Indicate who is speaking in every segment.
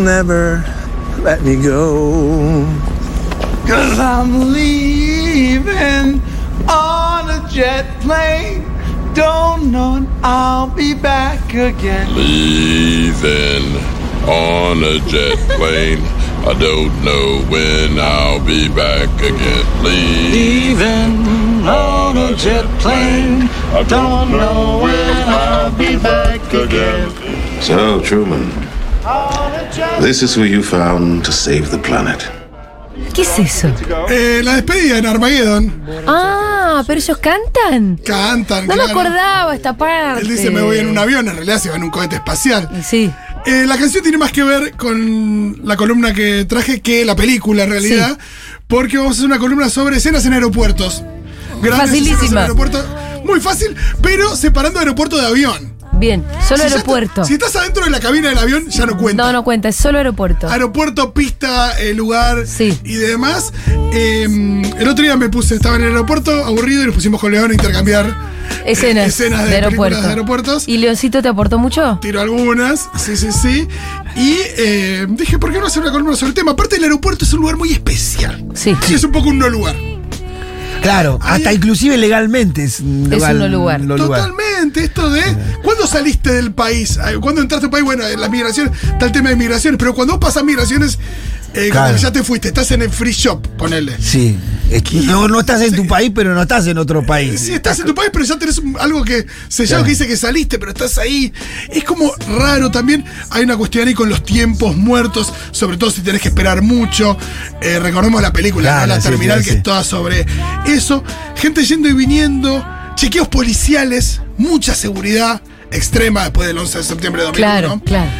Speaker 1: never let me go. Cause I'm leaving on a jet plane. Don't know when I'll be back again.
Speaker 2: Leaving on a jet plane. I don't know when I'll be back again. Leaving on a jet plane. I don't know when I'll be back again.
Speaker 3: So, Truman, this is who you found to save the planet.
Speaker 4: ¿Qué es eso?
Speaker 5: Eh, la despedida en Armageddon.
Speaker 4: Ah, pero ellos cantan.
Speaker 5: Cantan.
Speaker 4: No me Eh.
Speaker 5: claro.
Speaker 4: acordaba esta parte.
Speaker 5: Él dice me voy en un avión, en realidad se va en un cohete espacial.
Speaker 4: Y Sí,
Speaker 5: Eh, la canción tiene más que ver con la columna que traje que la película en realidad, porque vamos a hacer una columna sobre escenas en aeropuertos. Grandes
Speaker 4: Facilísima.
Speaker 5: escenas en aeropuertos. Muy fácil, pero separando aeropuerto de avión.
Speaker 4: bien, solo
Speaker 5: Si ya
Speaker 4: aeropuerto.
Speaker 5: está- si estás adentro de la cabina del avión, ya no cuenta. Ah,
Speaker 4: No, no cuenta, es solo aeropuerto.
Speaker 5: Aeropuerto, pista, eh, lugar
Speaker 4: Sí.
Speaker 5: y demás. Eh, el otro día me puse, estaba en el aeropuerto, aburrido, y nos pusimos con León a intercambiar eh,
Speaker 4: Escenas,
Speaker 5: escenas de,
Speaker 4: de,
Speaker 5: películas
Speaker 4: aeropuerto.
Speaker 5: de aeropuertos.
Speaker 4: ¿Y Leoncito te aportó mucho?
Speaker 5: Tiro algunas, sí, sí, sí. Y eh, dije, ¿por qué no hacer una columna sobre el tema? Aparte, el aeropuerto es un lugar muy especial.
Speaker 4: Sí.
Speaker 5: Sí, Es un poco un no lugar.
Speaker 6: Claro, hasta inclusive legalmente es un
Speaker 4: Es
Speaker 6: lugar.
Speaker 4: un no lugar.
Speaker 6: no
Speaker 5: Totalmente, esto de. ¿Cuándo saliste del país? Ay, ¿Cuándo entraste al país? Bueno, las migraciones, está el tema de migraciones, pero cuando vos pasas migraciones, eh,
Speaker 6: Claro.
Speaker 5: cuando ya te fuiste, estás en el free shop, ponele.
Speaker 6: Sí. Es que no, no estás en tu país, pero no estás en otro país.
Speaker 5: Sí, estás en tu país, pero ya tenés un- algo que sellado
Speaker 6: Claro.
Speaker 5: que dice que saliste, pero estás ahí. Es como raro también. Hay una cuestión ahí con los tiempos muertos, sobre todo si tenés que esperar mucho. Eh, recordemos la película,
Speaker 6: Claro,
Speaker 5: ¿no? la
Speaker 6: sí,
Speaker 5: terminal
Speaker 6: claro,
Speaker 5: que
Speaker 6: sí.
Speaker 5: es toda sobre eso. Gente yendo y viniendo, chequeos policiales, mucha seguridad extrema después del 11 de septiembre de 2001.
Speaker 4: Claro, claro.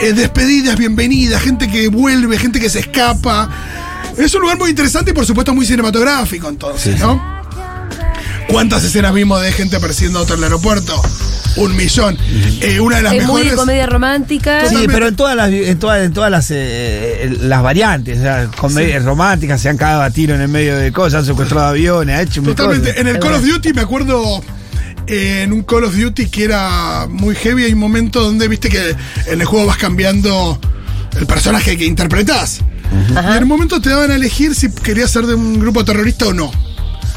Speaker 5: Eh, despedidas, bienvenidas, gente que vuelve, gente que se escapa. Es un lugar muy interesante y por supuesto muy cinematográfico entonces,
Speaker 6: Sí.
Speaker 5: ¿no? ¿Cuántas escenas vimos de gente persiguiendo a otro en el aeropuerto? Un millón. Eh, una de las
Speaker 4: Es muy
Speaker 5: mejores.
Speaker 4: de comedia romántica.
Speaker 6: Sí,
Speaker 5: Totalmente.
Speaker 6: pero en todas las, en todas, en todas las, eh, eh, las variantes, o sea, comedias románticas, se han cagado a tiro en el medio de cosas, han secuestrado aviones, ha hecho mil
Speaker 5: Totalmente.
Speaker 6: cosas.
Speaker 5: En el
Speaker 6: Es
Speaker 5: Call of
Speaker 6: verdad.
Speaker 5: Duty me acuerdo. eh, En un Call of Duty que era muy heavy, hay un momento donde viste que en el juego vas cambiando el personaje que interpretás. Y en un momento te daban a elegir si querías ser de un grupo terrorista o no.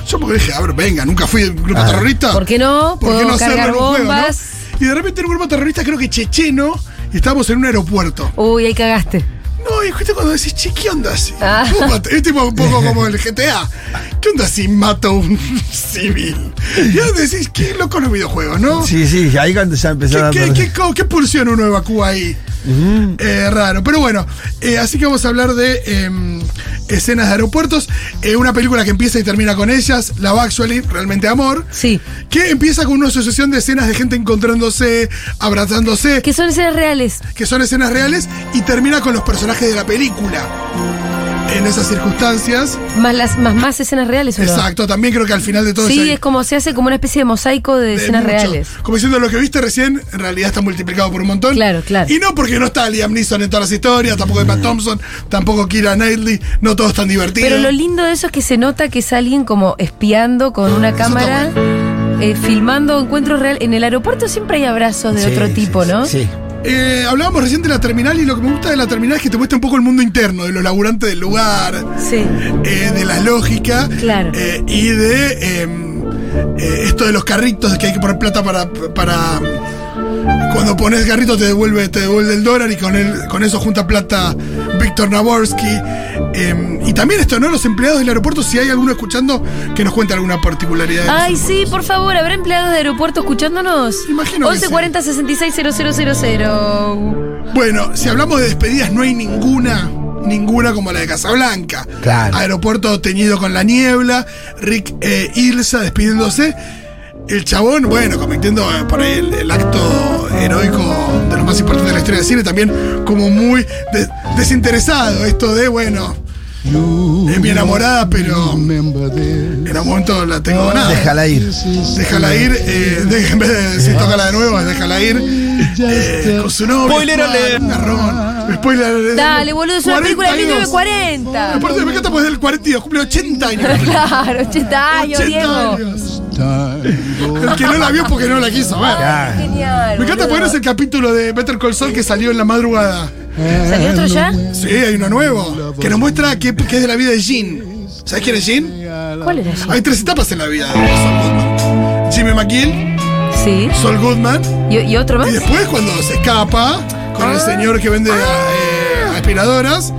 Speaker 5: Yo porque dije, a ver, venga, nunca fui de un grupo
Speaker 6: Ah.
Speaker 5: terrorista.
Speaker 4: ¿Por qué no?
Speaker 5: ¿Por qué
Speaker 4: Puedo
Speaker 5: no hacerlo
Speaker 4: cargar
Speaker 5: en un juego, no?
Speaker 4: bombas.
Speaker 5: Y de repente en un grupo terrorista, creo que checheno, y estábamos en un aeropuerto.
Speaker 4: Uy, ahí cagaste.
Speaker 5: No, y justo cuando decís, che, ¿qué onda así?
Speaker 4: Ah.
Speaker 5: Puta, Es tipo un poco como el GTA. ¿Qué onda si mato a un civil? Y ahora decís, qué loco los videojuegos, ¿no?
Speaker 6: Sí, sí, ahí cuando ya
Speaker 5: ¿Qué,
Speaker 6: empezaron
Speaker 5: qué,
Speaker 6: a
Speaker 5: qué- co- qué pulsión uno evacúa ahí? Eh, raro. Pero bueno, eh, así que vamos a hablar de em, escenas de aeropuertos. Eh, una película que empieza y termina con ellas, Love Actually, realmente amor.
Speaker 4: Sí.
Speaker 5: Que empieza con una asociación de escenas de gente encontrándose, abrazándose,
Speaker 4: Que son escenas reales.
Speaker 5: que son escenas reales, y termina con los personajes de la película. En esas circunstancias.
Speaker 4: Más las más, más escenas reales, ¿o no?
Speaker 5: Exacto, también creo que al final de todo
Speaker 4: Sí,
Speaker 5: ya-
Speaker 4: es como se hace como una especie de mosaico de,
Speaker 5: de
Speaker 4: escenas
Speaker 5: mucho.
Speaker 4: reales.
Speaker 5: Como diciendo lo que viste recién, en realidad está multiplicado por un montón.
Speaker 4: Claro, claro. Mm.
Speaker 5: Y no porque no está Liam Neeson en todas las historias, tampoco Emma Thompson, tampoco Kira Knightley, no todos tan divertidos.
Speaker 4: Pero lo lindo de eso es que se nota que es alguien como espiando con
Speaker 5: Ah,
Speaker 4: una cámara, eh, filmando encuentros reales. En el aeropuerto siempre hay abrazos de
Speaker 6: Sí,
Speaker 4: otro
Speaker 6: sí,
Speaker 4: tipo,
Speaker 6: sí,
Speaker 4: ¿no?
Speaker 6: Sí.
Speaker 5: Eh, hablábamos recién de la terminal y lo que me gusta de la terminal es que te muestra un poco el mundo interno, de los laburantes del lugar,
Speaker 4: Sí.
Speaker 5: eh, de la lógica
Speaker 4: Claro.
Speaker 5: eh, y de eh, eh, esto de los carritos que hay que poner plata para para cuando pones carrito te devuelve te devuelve el dólar y con el, con eso junta plata Víctor Naborsky eh, y también esto no los empleados del aeropuerto si hay alguno escuchando que nos cuente alguna particularidad de
Speaker 4: Ay,
Speaker 5: los
Speaker 4: sí, por favor, ¿habrá empleados de aeropuerto escuchándonos?
Speaker 5: Imagino que sí.
Speaker 4: 1140 660000.
Speaker 5: Bueno, si hablamos de despedidas, no hay ninguna, ninguna como la de Casablanca.
Speaker 6: Claro.
Speaker 5: Aeropuerto teñido con la niebla, Rick eh, Ilsa despidiéndose. El chabón, bueno, cometiendo eh, por ahí el, el acto heroico de lo más importante de la historia del cine, también como muy de- desinteresado. Esto de, bueno, es mi enamorada, pero en algún momento la tengo ganada.
Speaker 6: Déjala ir.
Speaker 5: Déjala ir, eh, de- en vez de decir tocarla de nuevo, es déjala ir. eh, con su novio.
Speaker 6: Spoiler
Speaker 5: Juan,
Speaker 6: alert.
Speaker 5: garrón. Spoiler alert.
Speaker 4: Dale, boludo, es una película de
Speaker 5: 42.
Speaker 4: 1940.
Speaker 5: Oh, Aparte, me encanta pues del 42, cumple 80 años.
Speaker 4: Claro, 80 años,
Speaker 5: 80
Speaker 4: Diego.
Speaker 5: años. El que no la vio porque no la quiso ver.
Speaker 4: Ay, genial.
Speaker 5: Me encanta
Speaker 4: boludo.
Speaker 5: ponerse el capítulo de Better Call Saul que salió en la madrugada.
Speaker 4: ¿Salió otro ya?
Speaker 5: Sí, hay uno nuevo. Que nos muestra que, que es de la vida de Jean. ¿Sabes quién es Jean?
Speaker 4: ¿Cuál era ese?
Speaker 5: Hay tres etapas en la vida de Saul Goodman. Jimmy McGill,
Speaker 4: Sí.
Speaker 5: Saul Goodman.
Speaker 4: ¿Y, y otro más?
Speaker 5: Y después cuando se escapa con
Speaker 4: Ah.
Speaker 5: el señor que vende eh, aspiradoras.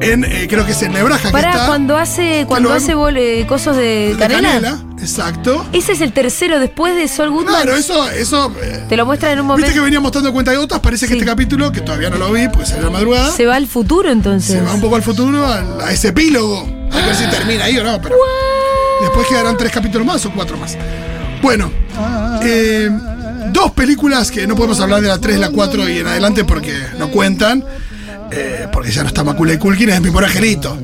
Speaker 5: En, eh, creo que es en Nebraska que
Speaker 4: Para
Speaker 5: está.
Speaker 4: cuando hace, cuando
Speaker 5: lo-
Speaker 4: hace bol- eh, cosos de,
Speaker 5: de
Speaker 4: canela.
Speaker 5: Exacto.
Speaker 4: Ese es el tercero después de Sol Goodman.
Speaker 5: Claro, eso, eso. eh,
Speaker 4: Te lo muestran en un
Speaker 5: Viste que
Speaker 4: momento.
Speaker 5: veníamos dando cuenta de otras, parece
Speaker 4: Sí.
Speaker 5: que este capítulo, que todavía no lo vi porque salió a la madrugada,
Speaker 4: Se va al futuro entonces.
Speaker 5: se va un poco al futuro, al- a ese epílogo. A ver si
Speaker 4: Ah.
Speaker 5: termina ahí o no, pero. Después quedarán tres capítulos más o cuatro más. Bueno, eh, dos películas que no podemos hablar de la 3, la 4 y en adelante porque no cuentan. eh, porque ya no está Macaulay Culkin, es mi por angelito.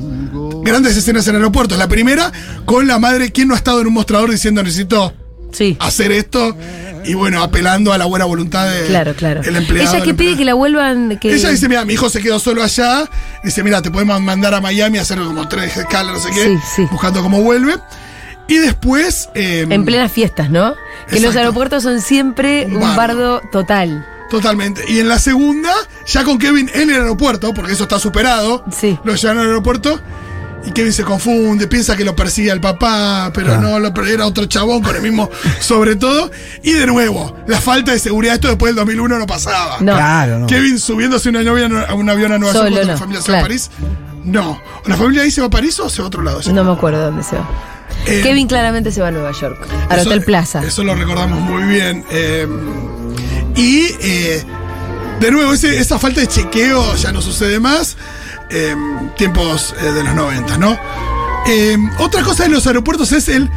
Speaker 5: Grandes escenas en aeropuertos. La primera con la madre, quien no ha estado en un mostrador diciendo necesito
Speaker 4: Sí.
Speaker 5: hacer esto y bueno, apelando a la buena voluntad de
Speaker 4: Claro, claro.
Speaker 5: eh, el empleado.
Speaker 4: Ella que
Speaker 5: el
Speaker 4: pide que
Speaker 5: empleado.
Speaker 4: la vuelvan. Que...
Speaker 5: Ella dice, mira, mi hijo se quedó solo allá. Dice, mira, te podemos mandar a Miami a hacer como tres escalas, no sé qué,
Speaker 4: Sí, sí.
Speaker 5: buscando cómo vuelve. Y después, eh,
Speaker 4: En plenas fiestas, ¿no? Que los
Speaker 5: Exacto.
Speaker 4: aeropuertos son siempre
Speaker 5: Un
Speaker 4: un
Speaker 5: bardo.
Speaker 4: bardo total.
Speaker 5: totalmente. Y en la segunda, ya con Kevin en el aeropuerto, porque eso está superado,
Speaker 4: Sí.
Speaker 5: lo llevan al aeropuerto. Y Kevin se confunde, piensa que lo persigue al papá, pero no, lo, per- era otro chabón con el mismo sobre todo. Y de nuevo, la falta de seguridad, esto después del 2001 no pasaba.
Speaker 4: No.
Speaker 6: Claro, no.
Speaker 5: Kevin subiéndose una novia a un avión a Nueva
Speaker 4: Solo
Speaker 5: York cuando
Speaker 4: no,
Speaker 5: la familia se va
Speaker 4: claro.
Speaker 5: a París. No. ¿O la familia ahí se va a París o se va a otro lado?
Speaker 4: No me acuerdo dónde se va.
Speaker 5: Eh,
Speaker 4: Kevin claramente se va a Nueva York, al
Speaker 5: Eso- eh,
Speaker 4: Hotel Plaza.
Speaker 5: Eso lo recordamos muy bien. eh, y eh, de nuevo, ese- esa falta de chequeo ya no sucede más. eh, tiempos eh, de los 90, ¿no? Eh, otra cosa de los aeropuertos es el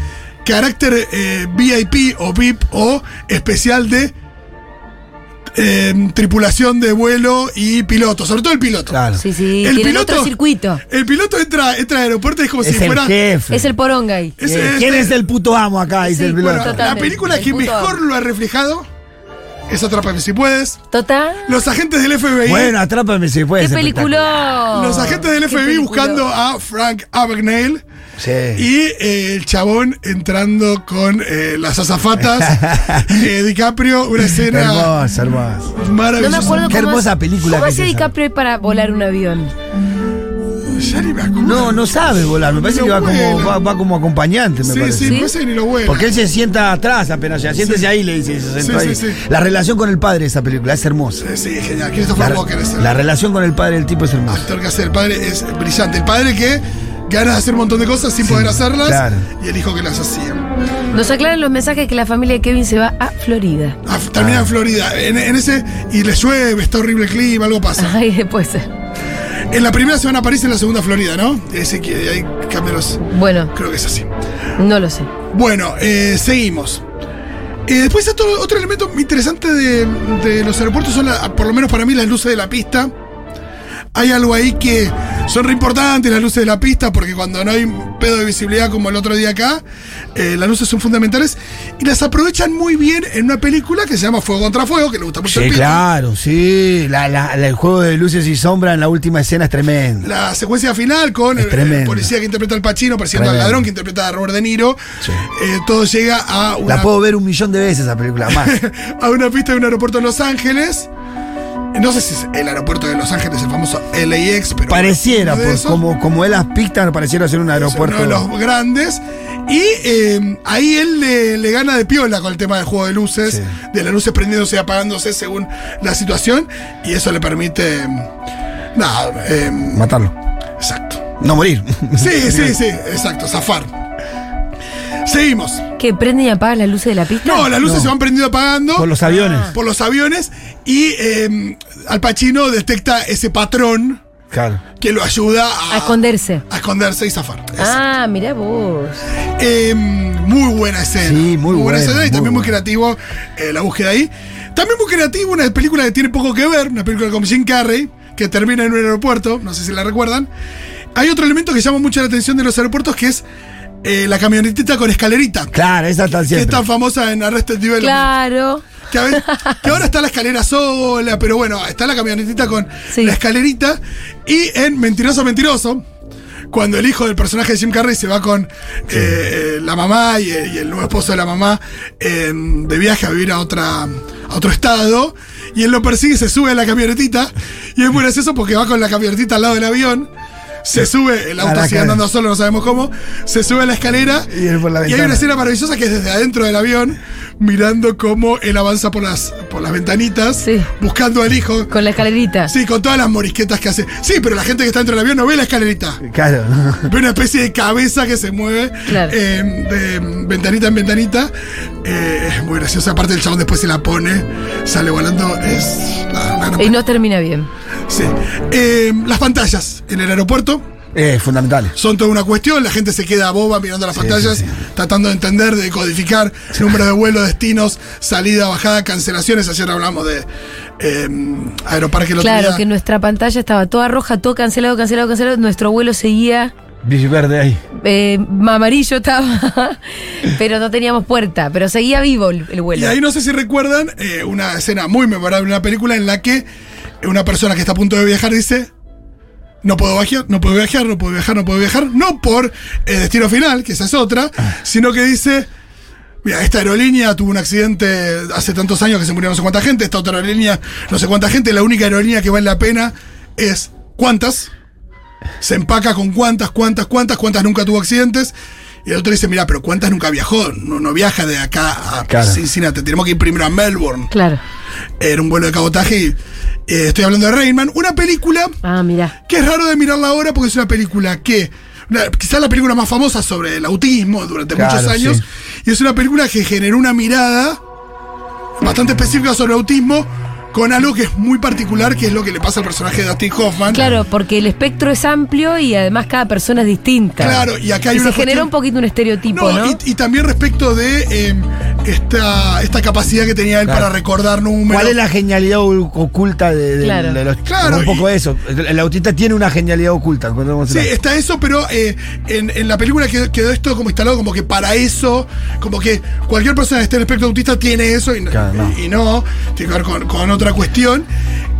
Speaker 5: carácter eh, VIP o VIP o especial de eh, tripulación de vuelo y piloto, sobre todo el piloto.
Speaker 6: Claro.
Speaker 4: Sí, sí,
Speaker 5: El
Speaker 4: tienen
Speaker 5: piloto-
Speaker 4: otro circuito.
Speaker 5: El piloto entra, entra al aeropuerto y es como
Speaker 6: Es
Speaker 5: si
Speaker 6: el
Speaker 5: fuera.
Speaker 6: jefe.
Speaker 4: Es el porongay.
Speaker 5: es-
Speaker 6: Eh,
Speaker 5: es-
Speaker 6: ¿Quién
Speaker 5: es-
Speaker 6: es el puto amo acá? Dice
Speaker 4: Sí,
Speaker 6: el
Speaker 4: bueno,
Speaker 6: piloto.
Speaker 4: total.
Speaker 5: La
Speaker 4: Totalmente,
Speaker 5: película
Speaker 4: el
Speaker 5: que
Speaker 4: puto
Speaker 5: mejor
Speaker 4: amo.
Speaker 5: lo ha reflejado es Atrápame si puedes.
Speaker 4: Total.
Speaker 5: Los agentes del FBI.
Speaker 6: Bueno, atrápame si puedes.
Speaker 4: ¡Qué película!
Speaker 5: los agentes del FBI buscando a Frank Abagnale.
Speaker 6: Sí.
Speaker 5: Y eh, el chabón entrando con eh, las azafatas. Eh, DiCaprio, una escena
Speaker 6: Hermoso, hermoso.
Speaker 4: No
Speaker 5: maravillosa.
Speaker 4: me acuerdo
Speaker 6: Qué
Speaker 4: cómo
Speaker 6: hermosa
Speaker 4: hace-
Speaker 6: película
Speaker 4: ¿Cómo
Speaker 6: que
Speaker 4: hace
Speaker 6: es esa.
Speaker 4: DiCaprio para volar un avión?
Speaker 5: Ya ni me acuerdo.
Speaker 6: No, no sabe volar. Me parece
Speaker 5: Pero
Speaker 6: que va como,
Speaker 5: bueno.
Speaker 6: va, va como acompañante, me
Speaker 5: Sí,
Speaker 6: parece.
Speaker 5: sí,
Speaker 4: ¿Sí?
Speaker 5: no sé ni lo bueno.
Speaker 6: Porque él se sienta atrás apenas llega. Siéntese ahí, le dice. y se sentó
Speaker 5: Sí, sí,
Speaker 6: ahí.
Speaker 5: sí.
Speaker 6: La relación con el padre de esa película es hermosa.
Speaker 5: Eh, Sí, genial. Christopher
Speaker 6: La,
Speaker 5: Walken es el
Speaker 6: la relación con el padre del tipo es hermosa.
Speaker 5: actor que hace el padre. Es brillante. El padre que gana de hacer un montón de cosas sin poder hacerlas.
Speaker 6: claro.
Speaker 5: Y el hijo que las hacía.
Speaker 4: Nos aclaran los mensajes que la familia de Kevin se va a Florida.
Speaker 5: Ah, Termina en Florida. En, en ese. Y le llueve, está horrible el clima, algo pasa.
Speaker 4: Ay, después.
Speaker 5: En la primera se van a París, en la segunda a Florida, ¿no? Ese que hay cambios.
Speaker 4: Bueno,
Speaker 5: Creo que es así.
Speaker 4: no lo sé.
Speaker 5: Bueno, eh, seguimos. Eh, después otro, otro elemento interesante de, de los aeropuertos son, la- por lo menos para mí, las luces de la pista. Hay algo ahí que son re importantes las luces de la pista, porque cuando no hay un pedo de visibilidad como el otro día acá, eh, las luces son fundamentales y las aprovechan muy bien en una película que se llama Fuego contra Fuego, que le gusta mucho
Speaker 6: Sí,
Speaker 5: al Pitu.
Speaker 6: claro, sí. La- la- la- el juego de luces y sombra en la última escena es tremendo.
Speaker 5: La secuencia final con
Speaker 6: Es
Speaker 5: el,
Speaker 6: tremenda.
Speaker 5: el policía que interpreta al Pacino, persiguiendo al
Speaker 6: Tremendo.
Speaker 5: ladrón que interpreta a Robert De Niro,
Speaker 6: Sí.
Speaker 5: eh, todo llega a una
Speaker 6: La puedo ver un millón de veces esa película, más.
Speaker 5: a una pista de un aeropuerto en Los Ángeles. No sé si es el aeropuerto de Los Ángeles, el famoso LAX, pero.
Speaker 6: Pareciera,
Speaker 5: uno de
Speaker 6: por
Speaker 5: esos,
Speaker 6: como, como él las pistas, pareciera ser un
Speaker 5: es
Speaker 6: aeropuerto.
Speaker 5: Uno de los grandes. Y eh, ahí él le, le gana de piola con el tema del juego de luces,
Speaker 6: Sí.
Speaker 5: de las luces prendiéndose y apagándose según la situación. Y eso le permite. mm, Nada, eh,
Speaker 6: Matarlo.
Speaker 5: exacto.
Speaker 6: No morir.
Speaker 5: Sí, sí, sí, exacto, zafar. Seguimos.
Speaker 4: ¿Que prenden y apagan las luces de la pista?
Speaker 5: No, las luces se van prendiendo y apagando.
Speaker 6: Por los aviones.
Speaker 4: Ah.
Speaker 5: por los aviones y eh, Al Pacino detecta ese patrón
Speaker 6: Claro.
Speaker 5: que lo ayuda a,
Speaker 4: A esconderse.
Speaker 5: a esconderse y zafar.
Speaker 4: Ah, mirá vos.
Speaker 5: Eh, muy buena escena.
Speaker 6: Sí, muy buena,
Speaker 5: escena
Speaker 6: muy
Speaker 5: y también muy
Speaker 6: buena.
Speaker 5: creativo eh, la búsqueda ahí. También muy creativo una película que tiene poco que ver, una película con Jim Carrey que termina en un aeropuerto, no sé si la recuerdan. Hay otro elemento que llama mucho la atención de los aeropuertos que es eh, la camionetita con escalerita.
Speaker 6: Claro, esa está
Speaker 5: Que es
Speaker 6: siempre.
Speaker 5: tan famosa en Arrested Development.
Speaker 4: Claro.
Speaker 5: Que, a veces- que ahora está la escalera sola, pero bueno, está la camionetita con
Speaker 4: Sí.
Speaker 5: la escalerita. Y en Mentiroso, Mentiroso, cuando el hijo del personaje de Jim Carrey se va con eh, eh, la mamá y, el- y el nuevo esposo de la mamá en- de viaje a vivir a otra a otro estado y él lo persigue se sube a la camionetita y es muy gracioso porque va con la camionetita al lado del avión se sube, el
Speaker 6: A
Speaker 5: auto
Speaker 6: la
Speaker 5: sigue
Speaker 6: cara.
Speaker 5: andando solo, no sabemos cómo, se sube a la escalera
Speaker 6: Y él por la
Speaker 5: hay
Speaker 6: ventana.
Speaker 5: una escena maravillosa que es desde adentro del avión, mirando cómo él avanza por las, por las ventanitas,
Speaker 4: Sí.
Speaker 5: buscando al hijo.
Speaker 4: Con la escalerita.
Speaker 5: Sí, con todas las morisquetas que hace. Sí, pero la gente que está dentro del avión no ve la escalerita.
Speaker 6: Claro.
Speaker 5: Ve una especie de cabeza que se mueve
Speaker 4: Claro.
Speaker 5: eh, de mm, ventanita en ventanita. Eh, es muy graciosa. Aparte, el chabón después se la pone, sale volando. Es nada, una gran-
Speaker 4: Y no termina bien.
Speaker 5: Sí. Eh, las pantallas en el aeropuerto
Speaker 6: Eh, fundamental.
Speaker 5: son toda una cuestión, la gente se queda boba mirando las pantallas, tratando de entender, de codificar número de vuelo, destinos, salida, bajada, cancelaciones. Ayer hablamos de eh, Aeroparque el otro
Speaker 4: Claro,
Speaker 5: día.
Speaker 4: que nuestra pantalla estaba toda roja, todo cancelado, cancelado, cancelado. Nuestro vuelo seguía.
Speaker 6: Bill Verde ahí.
Speaker 4: eh, amarillo estaba, pero no teníamos puerta, pero seguía vivo el, el
Speaker 5: Y
Speaker 4: vuelo.
Speaker 5: ahí no sé si recuerdan eh, una escena muy memorable, una película en la que una persona que está a punto de viajar dice. No puedo viajar, no puedo viajar, no puedo viajar, no puedo viajar. No por eh, destino final, que esa es otra, sino que dice. Mira, esta aerolínea tuvo un accidente hace tantos años que se murió no sé cuánta gente, esta otra aerolínea no sé cuánta gente, la única aerolínea que vale la pena es cuántas, se empaca con cuántas, cuántas, cuántas, cuántas nunca tuvo accidentes, y el otro dice, mira, pero cuántas nunca viajó, no, no viaja de acá a
Speaker 6: Claro.
Speaker 5: Cincinnati, tenemos que ir primero a Melbourne,
Speaker 4: Claro.
Speaker 5: era un vuelo de cabotaje, y, eh, estoy hablando de Rainman, una película
Speaker 4: Ah, mirá.
Speaker 5: que es raro de mirarla ahora porque es una película que. una- quizás la película más famosa sobre el autismo durante
Speaker 6: Claro,
Speaker 5: muchos años.
Speaker 6: sí.
Speaker 5: Y es una película que generó una mirada bastante específica sobre el autismo. Con algo que es muy particular, que es lo que le pasa al personaje de Dustin Hoffman.
Speaker 4: Claro, porque el espectro es amplio y además cada persona es distinta.
Speaker 5: Claro, y acá hay
Speaker 4: Y
Speaker 5: una
Speaker 4: se generó
Speaker 5: cuestión-
Speaker 4: un poquito un estereotipo, ¿no?
Speaker 5: No, Y, y también respecto de eh, esta, esta capacidad que tenía él
Speaker 6: Claro.
Speaker 5: para recordar números.
Speaker 6: ¿Cuál es la genialidad u- oculta de, de-
Speaker 4: Claro.
Speaker 6: de los
Speaker 5: Claro,
Speaker 6: Un poco
Speaker 5: y-
Speaker 6: eso. El, el autista tiene una genialidad oculta. encontramos
Speaker 5: Sí,
Speaker 6: una-
Speaker 5: está eso, pero eh, en, en la película quedó, quedó esto como instalado, como que para eso, como que cualquier persona que esté en el espectro autista tiene eso y,
Speaker 6: Claro, no.
Speaker 5: y no, tiene que ver con, con otra cuestión.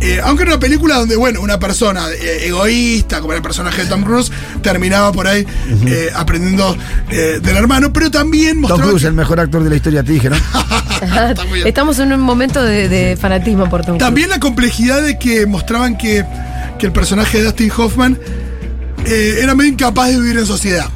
Speaker 5: Eh, aunque era una película donde, bueno, una persona eh, egoísta, como era el personaje de Tom Cruise, terminaba por ahí eh, aprendiendo eh, del hermano, pero también
Speaker 6: Tom
Speaker 5: mostraba...
Speaker 6: Cruise,
Speaker 5: que-
Speaker 6: el mejor actor de la historia, te dije, ¿no?
Speaker 5: ah, Está muy bien.
Speaker 4: Estamos en un momento de, de fanatismo por Tom Cruise.
Speaker 5: También la complejidad de que mostraban que, que el personaje de Dustin Hoffman eh, era medio incapaz de vivir en sociedad.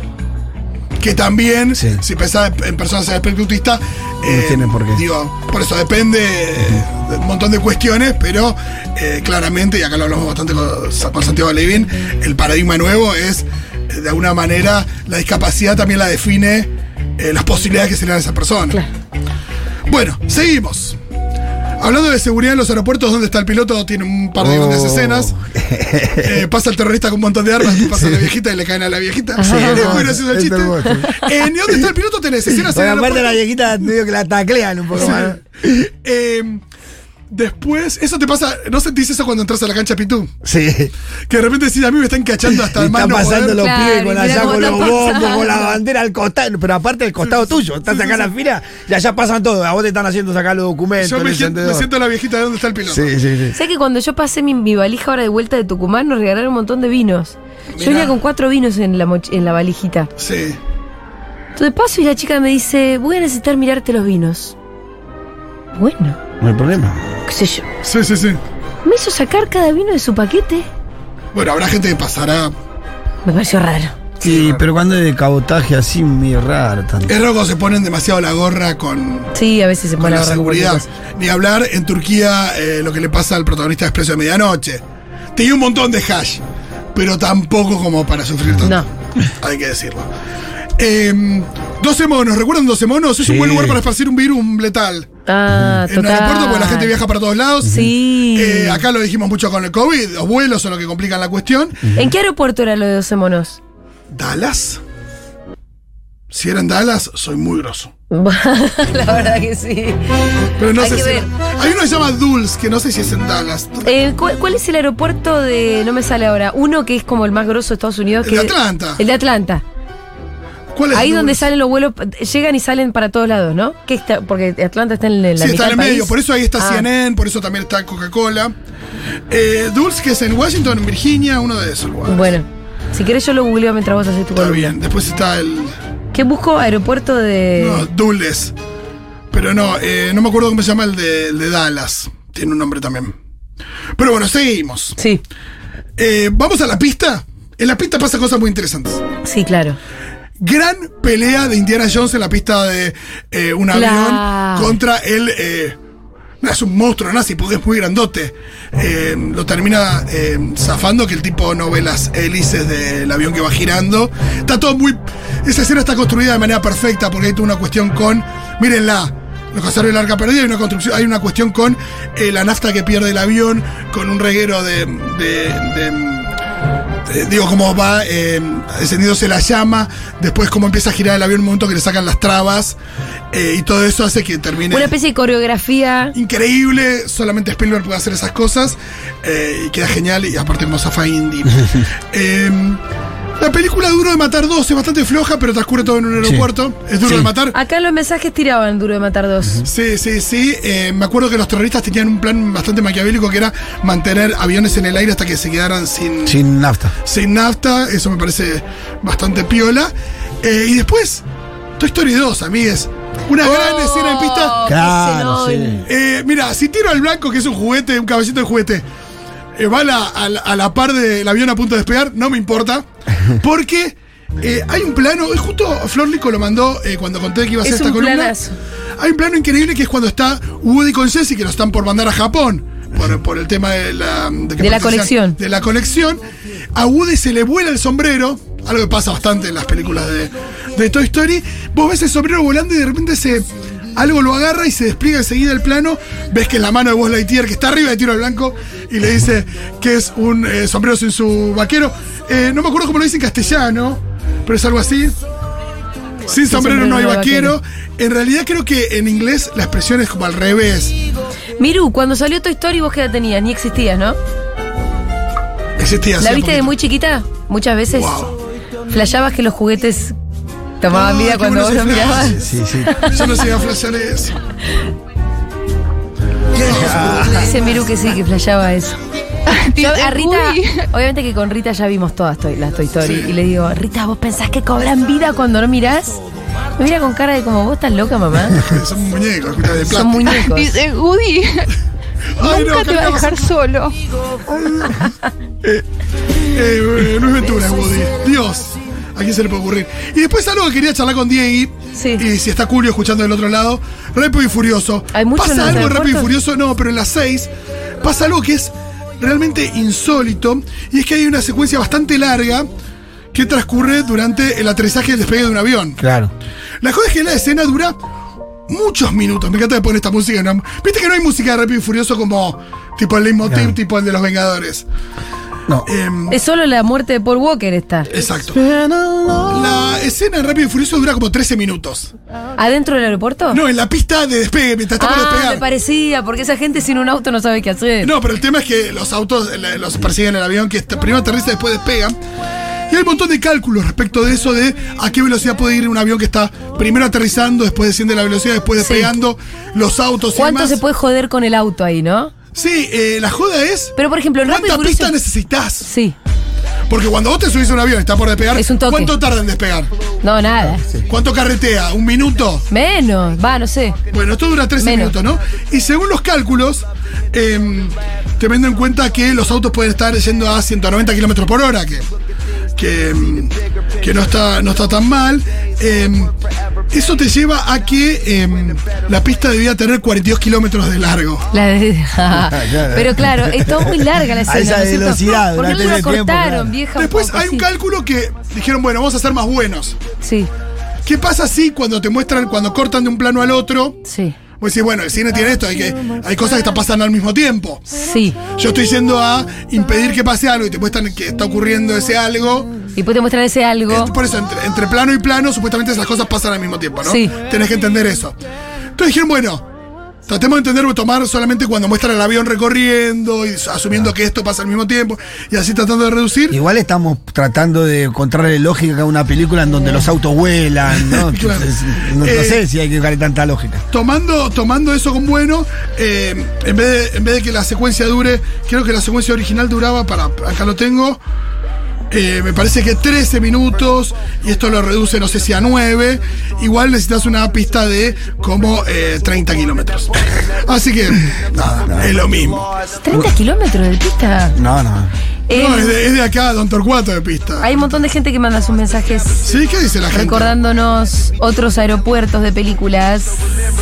Speaker 5: Que también,
Speaker 6: Sí.
Speaker 5: si pensás en- en personas del espectro autista, eh,
Speaker 6: tienen por qué.
Speaker 5: Digo, por eso depende eh, de un montón de cuestiones, pero eh, claramente, y acá lo hablamos bastante con, Sa- con Santiago Levin, el paradigma nuevo es, eh, de alguna manera, la discapacidad también la define eh, las posibilidades que se le dan a esa persona.
Speaker 4: Claro.
Speaker 5: Bueno, seguimos. Hablando de seguridad en los aeropuertos, donde está el piloto, tiene un par de
Speaker 6: Oh.
Speaker 5: grandes escenas. Eh, pasa el terrorista con un montón de armas, pasa a la viejita y le caen a la viejita.
Speaker 4: Sí,
Speaker 5: es
Speaker 6: hermoso,
Speaker 5: muy gracioso el
Speaker 6: es
Speaker 5: chiste.
Speaker 6: hermoso.
Speaker 5: Eh, ¿y dónde está el piloto? Tenés escenas en el
Speaker 6: Bueno, aparte la
Speaker 5: aeropuerto.
Speaker 6: viejita medio que la taclean un poco más.
Speaker 5: Eh, después, eso te pasa, no sentís eso cuando entras a la cancha Pitú.
Speaker 6: Sí.
Speaker 5: Que de repente decís, a mí me están cachando hasta el
Speaker 6: Están
Speaker 5: mando.
Speaker 6: pasando los
Speaker 4: Claro,
Speaker 6: pibes con
Speaker 4: y
Speaker 6: allá
Speaker 4: mirá cómo
Speaker 6: con los
Speaker 4: están
Speaker 6: bombos,
Speaker 4: pasando.
Speaker 6: con la bandera al costado, pero aparte del costado tuyo, estás acá en la fila y allá pasan todo, a vos te están haciendo sacar los documentos,
Speaker 5: Yo
Speaker 6: el
Speaker 5: me, siento- me
Speaker 6: encendedor.
Speaker 5: siento la viejita de dónde está el piloto.
Speaker 6: Sí, sí, sí.
Speaker 4: Sé que cuando yo pasé mi, mi valija ahora de vuelta de Tucumán, nos regalaron un montón de vinos. Yo
Speaker 5: Mirá.
Speaker 4: venía con cuatro vinos en la, moch- en la valijita.
Speaker 5: Sí.
Speaker 4: Entonces paso y la chica me dice, voy a necesitar mirarte los vinos. Bueno,
Speaker 6: No hay problema.
Speaker 4: qué sé yo.
Speaker 5: sí, sí, sí.
Speaker 4: Me hizo sacar cada vino de su paquete.
Speaker 5: Bueno, habrá gente que pasará.
Speaker 4: Me pareció raro.
Speaker 6: Sí, pero cuando es de cabotaje así, medio raro tanto.
Speaker 5: Es raro cuando se ponen demasiado la gorra con,
Speaker 4: Sí, a veces se
Speaker 5: con
Speaker 4: pone
Speaker 5: la
Speaker 4: a
Speaker 5: seguridad. Ni hablar en Turquía eh, lo que le pasa al protagonista de Expreso de Medianoche. Tenía un montón de hash, pero tampoco como para sufrir tanto.
Speaker 4: No.
Speaker 5: Hay que decirlo. Em, 12 monos, ¿recuerdan 12 monos? Es
Speaker 6: Sí.
Speaker 5: un buen lugar para esparcir un virus letal.
Speaker 4: Ah,
Speaker 5: En el
Speaker 4: total.
Speaker 5: aeropuerto, porque la gente viaja para todos lados.
Speaker 4: Sí.
Speaker 5: Eh, acá lo dijimos mucho con el COVID, los vuelos son lo que complican la cuestión.
Speaker 4: ¿En qué aeropuerto era lo de 12 monos?
Speaker 5: ¿Dallas? Si eran Dallas, soy muy grosso.
Speaker 4: la verdad que sí.
Speaker 5: Pero no
Speaker 4: Hay
Speaker 5: sé
Speaker 4: que
Speaker 5: si.
Speaker 4: ver.
Speaker 5: Hay uno que se llama Dulce, que no sé si es en Dallas.
Speaker 4: Eh, ¿cu- ¿Cuál es el aeropuerto de... no me sale ahora. Uno que es como el más grosso de Estados Unidos.
Speaker 5: El
Speaker 4: que-
Speaker 5: de Atlanta.
Speaker 4: El de Atlanta.
Speaker 5: ¿Cuál es
Speaker 4: Ahí
Speaker 5: Dulce?
Speaker 4: donde salen los vuelos, llegan y salen para todos lados, ¿no? Que está, porque Atlanta está en la
Speaker 5: Sí, está
Speaker 4: mitad
Speaker 5: en el
Speaker 4: del
Speaker 5: medio,
Speaker 4: país.
Speaker 5: por eso ahí está
Speaker 4: Ah,
Speaker 5: CNN, por eso también está Coca-Cola. Eh, Dulce, que es en Washington, en Virginia, uno de esos lugares.
Speaker 4: Bueno, Si querés yo lo googleo mientras vos haces tu
Speaker 5: Está
Speaker 4: columna.
Speaker 5: bien. Después está el.
Speaker 4: ¿Qué busco? Aeropuerto de...
Speaker 5: No, Dulles. Pero no, eh, no me acuerdo cómo se llama el de, el de Dallas. Tiene un nombre también. Pero bueno, seguimos.
Speaker 4: Sí,
Speaker 5: Eh, Vamos a la pista. En la pista pasa cosas muy interesantes.
Speaker 4: sí, claro.
Speaker 5: Gran pelea de Indiana Jones en la pista de eh, un avión
Speaker 4: Claro.
Speaker 5: contra el. eh, no, es un monstruo nazi porque es muy grandote. Eh, lo termina eh, zafando que el tipo no ve las hélices del avión que va girando. Está todo muy. Esa escena está construida de manera perfecta porque hay toda una cuestión con. Mírenla. Los cazaron el arca perdida, hay una construcción, hay una cuestión con eh, la nafta que pierde el avión, con un reguero de- de- de eh, digo, cómo va eh, encendiéndose la llama, después cómo empieza a girar el avión en un momento que le sacan las trabas, eh, y todo eso hace que termine.
Speaker 4: Una especie de coreografía.
Speaker 5: Increíble, solamente Spielberg puede hacer esas cosas, eh, y queda genial, y aparte hermosa Indy. Em, la película Duro de Matar 2 es bastante floja, pero transcurre todo en un aeropuerto. Es duro
Speaker 6: Sí.
Speaker 5: de matar.
Speaker 4: Acá en los mensajes tiraban Duro de Matar dos.
Speaker 5: Sí, sí, sí. Eh, me acuerdo que los terroristas tenían un plan bastante maquiavélico que era mantener aviones en el aire hasta que se quedaran sin,
Speaker 6: Sin nafta.
Speaker 5: sin nafta, eso me parece bastante piola. Eh, y después, Toy Story 2, amigues. Una gran escena en pista.
Speaker 4: Oh, qué
Speaker 6: Claro,
Speaker 4: cenón.
Speaker 6: sí.
Speaker 5: Eh, mira, si tiro al blanco, que es un juguete, un caballito de juguete, eh, va a la, a la- a la par del avión a punto de despegar, no me importa. Porque eh, hay un plano, eh, justo Florlico lo mandó eh, cuando conté que iba a hacer
Speaker 4: Es
Speaker 5: esta
Speaker 4: un
Speaker 5: columna.
Speaker 4: planazo.
Speaker 5: Hay un plano increíble que es cuando está Woody con Jesse, que lo están por mandar a Japón. Por, por el tema de la, que
Speaker 4: De la
Speaker 5: pertenecían-
Speaker 4: colección.
Speaker 5: De la colección. A Woody se le vuela el sombrero, algo que pasa bastante en las películas de, de Toy Story. Vos ves el sombrero volando y de repente se, algo lo agarra y se despliega enseguida el plano. Ves que es la mano de Buzz Lightyear, que está arriba de tiro al blanco, y le dice que es un eh, sombrero sin su vaquero. Eh, no me acuerdo cómo lo dice en castellano, pero es algo así. Sin sombrero no hay vaquero. En realidad creo que en inglés la expresión es como al revés.
Speaker 4: Miru, cuando salió Toy Story vos qué edad tenías, ni existías, ¿no?
Speaker 5: Existía
Speaker 4: ¿La viste de muy chiquita? Muchas veces flasheabas que los juguetes tomaban vida cuando vos los mirabas.
Speaker 5: Sí, sí. Yo no sé a flashear eso.
Speaker 4: Dice Miru que sí, que flasheaba eso. Yo a Rita, obviamente que con Rita ya vimos todas Toy- las Toy Story. Y le digo, Rita, ¿vos pensás que cobran vida cuando no mirás? Me mira con cara de como, vos estás loca, mamá.
Speaker 5: Son muñecos, escuchá, de
Speaker 4: Son
Speaker 5: plástico.
Speaker 4: muñecos.
Speaker 7: Dice, Woody,
Speaker 5: Ay,
Speaker 7: nunca te va a
Speaker 5: cargamos-
Speaker 7: dejar solo.
Speaker 5: Eh, eh, Luis Ventura, Woody. Dios, ¿a quién se le puede ocurrir? Y después algo que quería charlar con Diegui.
Speaker 4: Sí.
Speaker 5: Y si está Curio escuchando del otro lado, Rápido y Furioso.
Speaker 4: Hay mucho en
Speaker 5: pasa
Speaker 4: los
Speaker 5: algo en Rápido y
Speaker 4: aeropuertos.
Speaker 5: Furioso, no, pero en las 6 pasa algo que es realmente insólito. Y es que hay una secuencia bastante larga que transcurre durante el aterrizaje y el despegue de un avión.
Speaker 6: Claro.
Speaker 5: La cosa es que la escena dura muchos minutos. Me encanta poner esta música. ¿no? Viste que no hay música de Rápido y Furioso como tipo el leitmotiv,
Speaker 6: Claro.
Speaker 5: tipo el de los Vengadores.
Speaker 6: No.
Speaker 5: Em,
Speaker 4: Es solo la muerte de Paul Walker está.
Speaker 5: Exacto. La escena en Rápido y Furioso dura como 13 minutos.
Speaker 4: ¿Adentro del aeropuerto?
Speaker 5: No, en la pista de despegue, mientras está por
Speaker 4: ah,
Speaker 5: despegar.
Speaker 4: me parecía, porque esa gente sin un auto no sabe qué hacer.
Speaker 5: No, pero el tema es que los autos eh, la- los persiguen en el avión, que est- primero aterriza y después despegan. Y hay un montón de cálculos respecto de eso, de a qué velocidad puede ir un avión que está primero aterrizando, después desciende la velocidad, después
Speaker 4: Sí.
Speaker 5: despegando, los autos y
Speaker 4: ¿Cuánto
Speaker 5: demás.
Speaker 4: se puede joder con el auto ahí, no?
Speaker 5: Sí, eh, la joda es.
Speaker 4: Pero, por ejemplo, en Rápido y
Speaker 5: ¿Cuánta
Speaker 4: Furioso.
Speaker 5: pista necesitas?
Speaker 4: Sí.
Speaker 5: Porque cuando vos te subís a un avión y está por despegar,
Speaker 4: Es un toque.
Speaker 5: ¿cuánto tarda en despegar?
Speaker 4: No, nada.
Speaker 5: ¿Cuánto carretea? ¿Un minuto?
Speaker 4: Menos. Va, no sé.
Speaker 5: Bueno, esto dura 13
Speaker 4: Menos.
Speaker 5: minutos, ¿no? Y según los cálculos, em, teniendo en cuenta que los autos pueden estar yendo a 190 kilómetros por hora, que, que, em, que no, está, no está tan mal, em, eso te lleva a que em, la pista debía tener 42 kilómetros de largo.
Speaker 4: La de- Pero claro, está muy larga la
Speaker 6: A
Speaker 4: escena.
Speaker 6: esa
Speaker 4: ¿no es cierto?
Speaker 6: velocidad,
Speaker 4: ¿Por qué
Speaker 6: durante
Speaker 4: no la
Speaker 6: ese tiempo,
Speaker 4: cortaron,
Speaker 6: claro.
Speaker 4: vieja? un
Speaker 5: Después
Speaker 4: poco?
Speaker 5: hay un
Speaker 4: Sí.
Speaker 5: cálculo que dijeron, bueno, vamos a ser más buenos.
Speaker 4: Sí,
Speaker 5: ¿Qué pasa si cuando te muestran, cuando cortan de un plano al otro,
Speaker 4: sí,
Speaker 5: vos decís, bueno, el cine tiene esto, hay, que, hay cosas que te pasan al mismo tiempo?
Speaker 4: sí.
Speaker 5: Yo estoy yendo a impedir que pase algo y te muestran que está ocurriendo ese algo.
Speaker 4: Y después te muestran ese algo.
Speaker 5: Es por eso, entre, entre plano y plano, supuestamente esas cosas pasan al mismo tiempo, ¿no?
Speaker 4: Sí.
Speaker 5: Tenés que entender eso. Entonces dijeron, bueno, tratemos de entender, tomar solamente cuando muestran el avión recorriendo y asumiendo que esto pasa al mismo tiempo y así tratando de reducir.
Speaker 6: Igual estamos tratando de encontrarle lógica a una película en donde los autos vuelan, ¿no?
Speaker 5: Claro.
Speaker 6: Entonces, no, no
Speaker 5: Eh,
Speaker 6: sé si hay que buscarle tanta lógica.
Speaker 5: Tomando, tomando eso con bueno, eh, en, vez de, en vez de que la secuencia dure, creo que la secuencia original duraba, para, acá lo tengo, eh, me parece que 13 minutos, y esto lo reduce, no sé si a 9. Igual necesitas una pista de como eh, 30 kilómetros. Así que, nada, es lo mismo.
Speaker 4: 30 kilómetros de pista.
Speaker 6: No, no.
Speaker 4: Eh,
Speaker 5: No, es de, es de acá, Don Torcuato de pista.
Speaker 4: hay un montón de gente que manda sus mensajes
Speaker 5: ¿Sí? ¿Qué dice la gente?
Speaker 4: recordándonos otros aeropuertos de películas.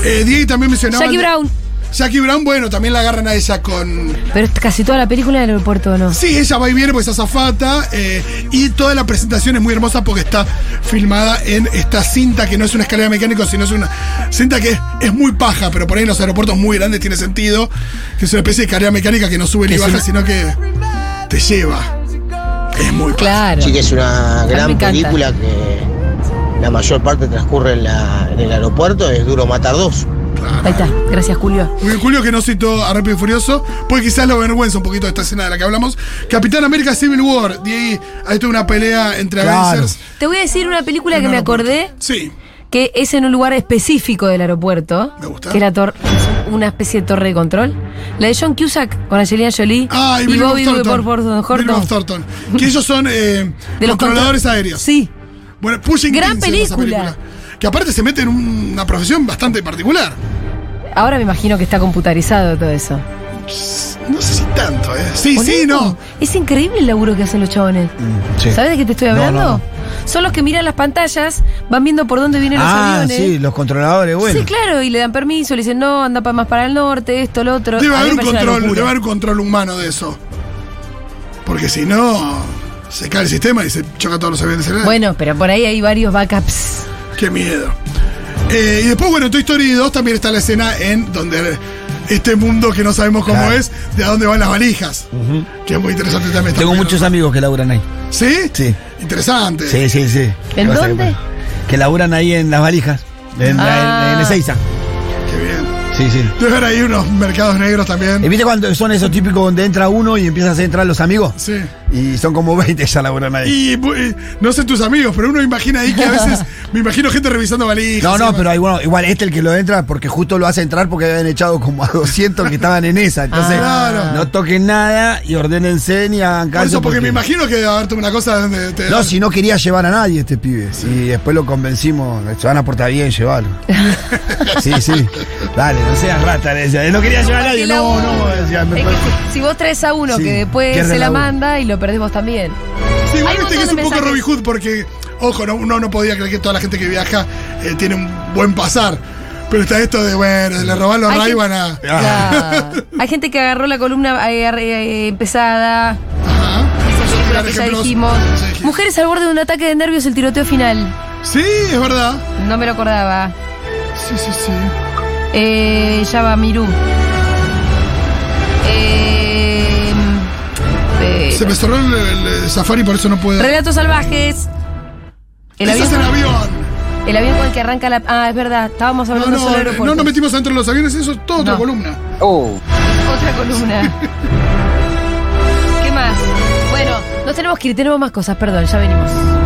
Speaker 5: Eh, Diego también mencionaba.
Speaker 4: Jackie Brown.
Speaker 5: Jackie Brown, bueno, también la agarran a ella con.
Speaker 4: Pero es casi toda la película del aeropuerto, ¿no?
Speaker 5: Sí, ella va y viene porque es azafata. eh, y toda la presentación es muy hermosa porque está filmada en esta cinta que no es una escalera mecánica, sino es una cinta que es, es muy paja, pero por ahí en los aeropuertos muy grandes tiene sentido. Que es una especie de escalera mecánica que no sube ni
Speaker 6: Que es
Speaker 5: baja,
Speaker 6: una-
Speaker 5: sino que te lleva. Es muy paja.
Speaker 4: Claro. Ah,
Speaker 7: Sí que es una
Speaker 4: me
Speaker 7: gran
Speaker 4: encanta.
Speaker 7: película que la mayor parte transcurre en, la- en el aeropuerto, es duro matar dos.
Speaker 4: Ahí está. Gracias, Julio.
Speaker 5: Muy bien, Julio que no citó a Rápido y Furioso, pues quizás lo avergüenza un poquito esta escena de la que hablamos. Capitán América Civil War, de ahí, ahí tuvo una pelea entre
Speaker 6: Claro.
Speaker 5: Avengers.
Speaker 4: Te voy a decir una película que
Speaker 5: No,
Speaker 4: me
Speaker 5: no, por-
Speaker 4: acordé.
Speaker 5: Sí.
Speaker 4: que es en un lugar específico del aeropuerto.
Speaker 5: Me gusta.
Speaker 4: Que era tor- es una especie de torre de control. La de John Cusack con Angelina Jolie
Speaker 5: Ah, y,
Speaker 4: y
Speaker 5: Billy Bob
Speaker 4: Bobby
Speaker 5: Thornton.
Speaker 4: por por
Speaker 5: Billy Bob
Speaker 4: Horton.
Speaker 5: Thornton. Que ellos son eh,
Speaker 4: De los
Speaker 5: controladores
Speaker 4: contra-
Speaker 5: aéreos.
Speaker 4: Sí.
Speaker 5: Bueno, Pushing
Speaker 4: Gran
Speaker 5: Teens se llama esa
Speaker 4: película.
Speaker 5: Que aparte se mete en una profesión bastante particular.
Speaker 4: Ahora me imagino que está computarizado todo eso.
Speaker 5: No sé si tanto, ¿eh? Sí, sí,
Speaker 4: Boludo,
Speaker 5: no.
Speaker 4: Es increíble el laburo que hacen los chabones.
Speaker 6: sí.
Speaker 4: ¿Sabes de qué te estoy
Speaker 6: No,
Speaker 4: hablando?
Speaker 6: no.
Speaker 4: Son los que miran las pantallas, van viendo por dónde vienen
Speaker 6: Ah,
Speaker 4: los aviones.
Speaker 6: sí, los controladores, bueno.
Speaker 4: Sí, claro, y le dan permiso, le dicen, no, anda pa- más para el norte, esto, lo otro.
Speaker 5: Debe
Speaker 4: A mí me
Speaker 5: haber un
Speaker 4: parece una
Speaker 5: control,
Speaker 4: locura.
Speaker 5: debe haber un control humano de eso. Porque si no, se cae el sistema y se choca todos los aviones. en el aire.
Speaker 4: Bueno, pero por ahí hay varios backups.
Speaker 5: Qué miedo. Eh, y después, bueno, en Toy Story 2 también está la escena en donde este mundo que no sabemos cómo
Speaker 6: Claro.
Speaker 5: es, de a dónde van las valijas. Que es muy interesante también. está
Speaker 6: Tengo
Speaker 5: muy
Speaker 6: muchos amigos que laburan ahí.
Speaker 5: bien. ¿Sí?
Speaker 6: Sí.
Speaker 5: Interesante.
Speaker 6: Sí, sí, sí. ¿Qué
Speaker 4: ¿En
Speaker 6: pasa?
Speaker 4: dónde?
Speaker 6: ¿Qué pasa? Que laburan ahí en las valijas. En,
Speaker 4: Ah.
Speaker 6: en, en Ezeiza.
Speaker 5: Qué bien.
Speaker 6: Sí, sí.
Speaker 5: Debe haber ahí unos mercados negros
Speaker 6: ¿Y
Speaker 5: también.
Speaker 6: ¿Viste cuando son esos típicos donde entra uno y empiezan a entrar los amigos?
Speaker 5: Sí.
Speaker 6: Y son como 20 ya laburan ahí.
Speaker 5: Y, bu- y no sé tus amigos, pero uno imagina ahí que a veces me imagino gente revisando valijas.
Speaker 6: No,
Speaker 5: y
Speaker 6: no,
Speaker 5: demás.
Speaker 6: pero igual, igual este el que lo entra porque justo lo hace entrar porque habían echado como a 200 que estaban en esa. Entonces,
Speaker 5: Ah.
Speaker 6: no toquen nada y ordénense ni hagan
Speaker 5: Por
Speaker 6: caso.
Speaker 5: eso, porque me imagino que debe haber tomado una cosa donde te.
Speaker 6: No, si no quería llevar a nadie este pibe. Y después lo convencimos, se van a portar bien, llevarlo. Sí, sí. Dale, no seas rata, le decía. No quería llevar a nadie. No, no, decía, me
Speaker 4: Es que
Speaker 6: parece-
Speaker 4: si, si vos traes a uno
Speaker 6: Sí,
Speaker 4: que después
Speaker 6: pierde
Speaker 4: se la
Speaker 6: laburo.
Speaker 4: manda y lo perdés vos también.
Speaker 5: Sí, igual
Speaker 4: Hay un
Speaker 5: este que es
Speaker 4: montón
Speaker 5: un
Speaker 4: de
Speaker 5: poco
Speaker 4: mensajes.
Speaker 5: Robin Hood porque, ojo, no, uno no podía creer que toda la gente que viaja eh, tiene un buen pasar. Pero está esto de, bueno, le roban los
Speaker 4: Hay
Speaker 5: ray
Speaker 4: gente-
Speaker 5: a.
Speaker 4: Ah. Hay gente que agarró la columna eh, eh, eh, pesada,
Speaker 5: Ajá.
Speaker 4: esa película
Speaker 5: Dar
Speaker 4: que ya
Speaker 5: ejemplos.
Speaker 4: dijimos.
Speaker 5: Sí.
Speaker 4: Mujeres al borde de un ataque de nervios, el tiroteo final.
Speaker 5: Sí, es verdad.
Speaker 4: No me lo acordaba.
Speaker 5: Sí, sí, sí.
Speaker 4: Eh, ya va Miru. Eh, eh,
Speaker 5: Se me cerró el, el- el safari, por eso no puedo.
Speaker 4: relatos salvajes. El
Speaker 5: Ese
Speaker 4: avión,
Speaker 5: es el avión.
Speaker 4: el avión con el que arranca la. Ah, es verdad, estábamos
Speaker 5: No,
Speaker 4: hablando
Speaker 5: no,
Speaker 4: solo de
Speaker 5: no,
Speaker 4: aeropuertos.
Speaker 5: nos metimos dentro de los aviones, eso es toda otra
Speaker 4: No.
Speaker 5: columna.
Speaker 4: Otra columna. ¿Qué más? Bueno, nos tenemos que ir, tenemos más cosas, perdón, ya venimos.